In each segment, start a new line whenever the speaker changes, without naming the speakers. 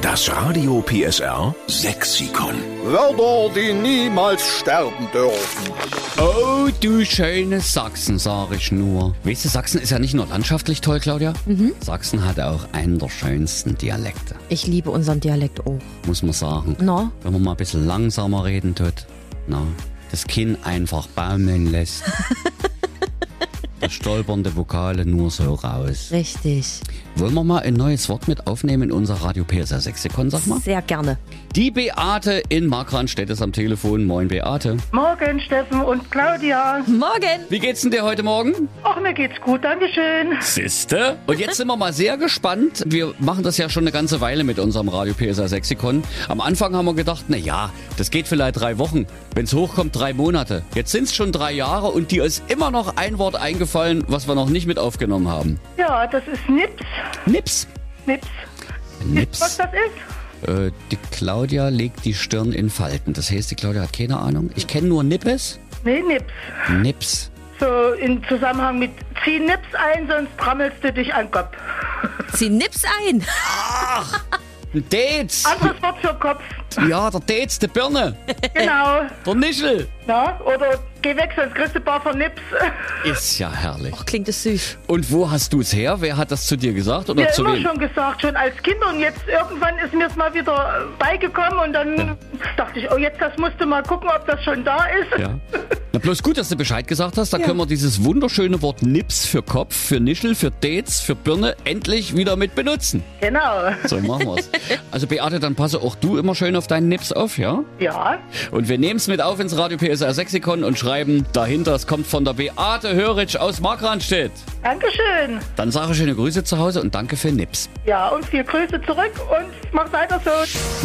Das Radio PSR Sexikon.
Wörter, die niemals sterben dürfen.
Oh, du schönes Sachsen, sag ich nur. Weißt du, Sachsen ist ja nicht nur landschaftlich toll, Claudia. Sachsen hat auch einen der schönsten Dialekte,
Ich liebe unseren Dialekt auch.
muss man sagen.
Na?
Wenn man mal ein bisschen langsamer reden tut, na, das Kinn einfach baumeln lässt. da stolpern die Vokale nur so raus.
Richtig.
Wollen wir mal ein neues Wort mit aufnehmen in unser Radio PSR Sexikon, sag mal?
Sehr gerne.
Die Beate in Markranstädt ist am Telefon. Moin, Beate.
Morgen, Steffen und Claudia.
Morgen!
Wie geht's denn dir heute Morgen?
Ach, mir geht's gut, Dankeschön.
Siste. Und jetzt sind wir mal sehr gespannt. Wir machen das ja schon eine ganze Weile mit unserem Radio PSA Sexikon. Am Anfang haben wir gedacht, na ja, das geht vielleicht drei Wochen. Wenn es hochkommt, drei Monate. Jetzt sind es schon drei Jahre und dir ist immer noch ein Wort eingefallen, was wir noch nicht mit aufgenommen haben.
Ja, das ist Nips.
Nips.
Nips. Was
Nips.
das ist?
Äh, die Claudia legt die Stirn in Falten. Das heißt, die Claudia hat keine Ahnung. Ich kenne nur Nippes.
Nee, Nips.
Nips.
So im Zusammenhang mit zieh Nips ein, sonst rammelst du dich an den Kopf.
Zieh Nips ein!
Dates.
Anderes Wort für Kopf.
Ja, der Dates, der Birne.
Genau.
Der Nischel.
Na, oder geh weg, sonst kriegst du ein paar von Nips.
Ist ja herrlich.
Klingt es süß.
Und wo hast du es her? Wer hat das zu dir gesagt oder
Mir
zu
immer
wem?
schon gesagt, schon als Kind und jetzt irgendwann ist mir es mal wieder beigekommen und dann dachte ich, oh jetzt, das musst du mal gucken, ob das schon da ist.
Ja. Na bloß gut, dass du Bescheid gesagt hast. Da können wir dieses wunderschöne Wort Nips für Kopf, für Nischel, für Dates, für Birne endlich wieder mit benutzen.
Genau.
So machen wir's. also Beate, dann passe auch du immer schön auf deinen Nips auf, ja?
Ja.
Und wir nehmen's mit auf ins Radio PSR Sexikon und schreiben dahinter, es kommt von der Beate Höritsch aus Markranstädt.
Dankeschön.
Dann sage schöne Grüße zu Hause und danke für Nips.
Ja, und viel Grüße zurück und mach weiter so.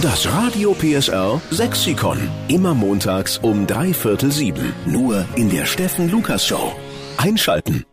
Das Radio PSR Sexikon. Immer montags um drei Viertel sieben. Nur in der Steffen Lukas Show. Einschalten.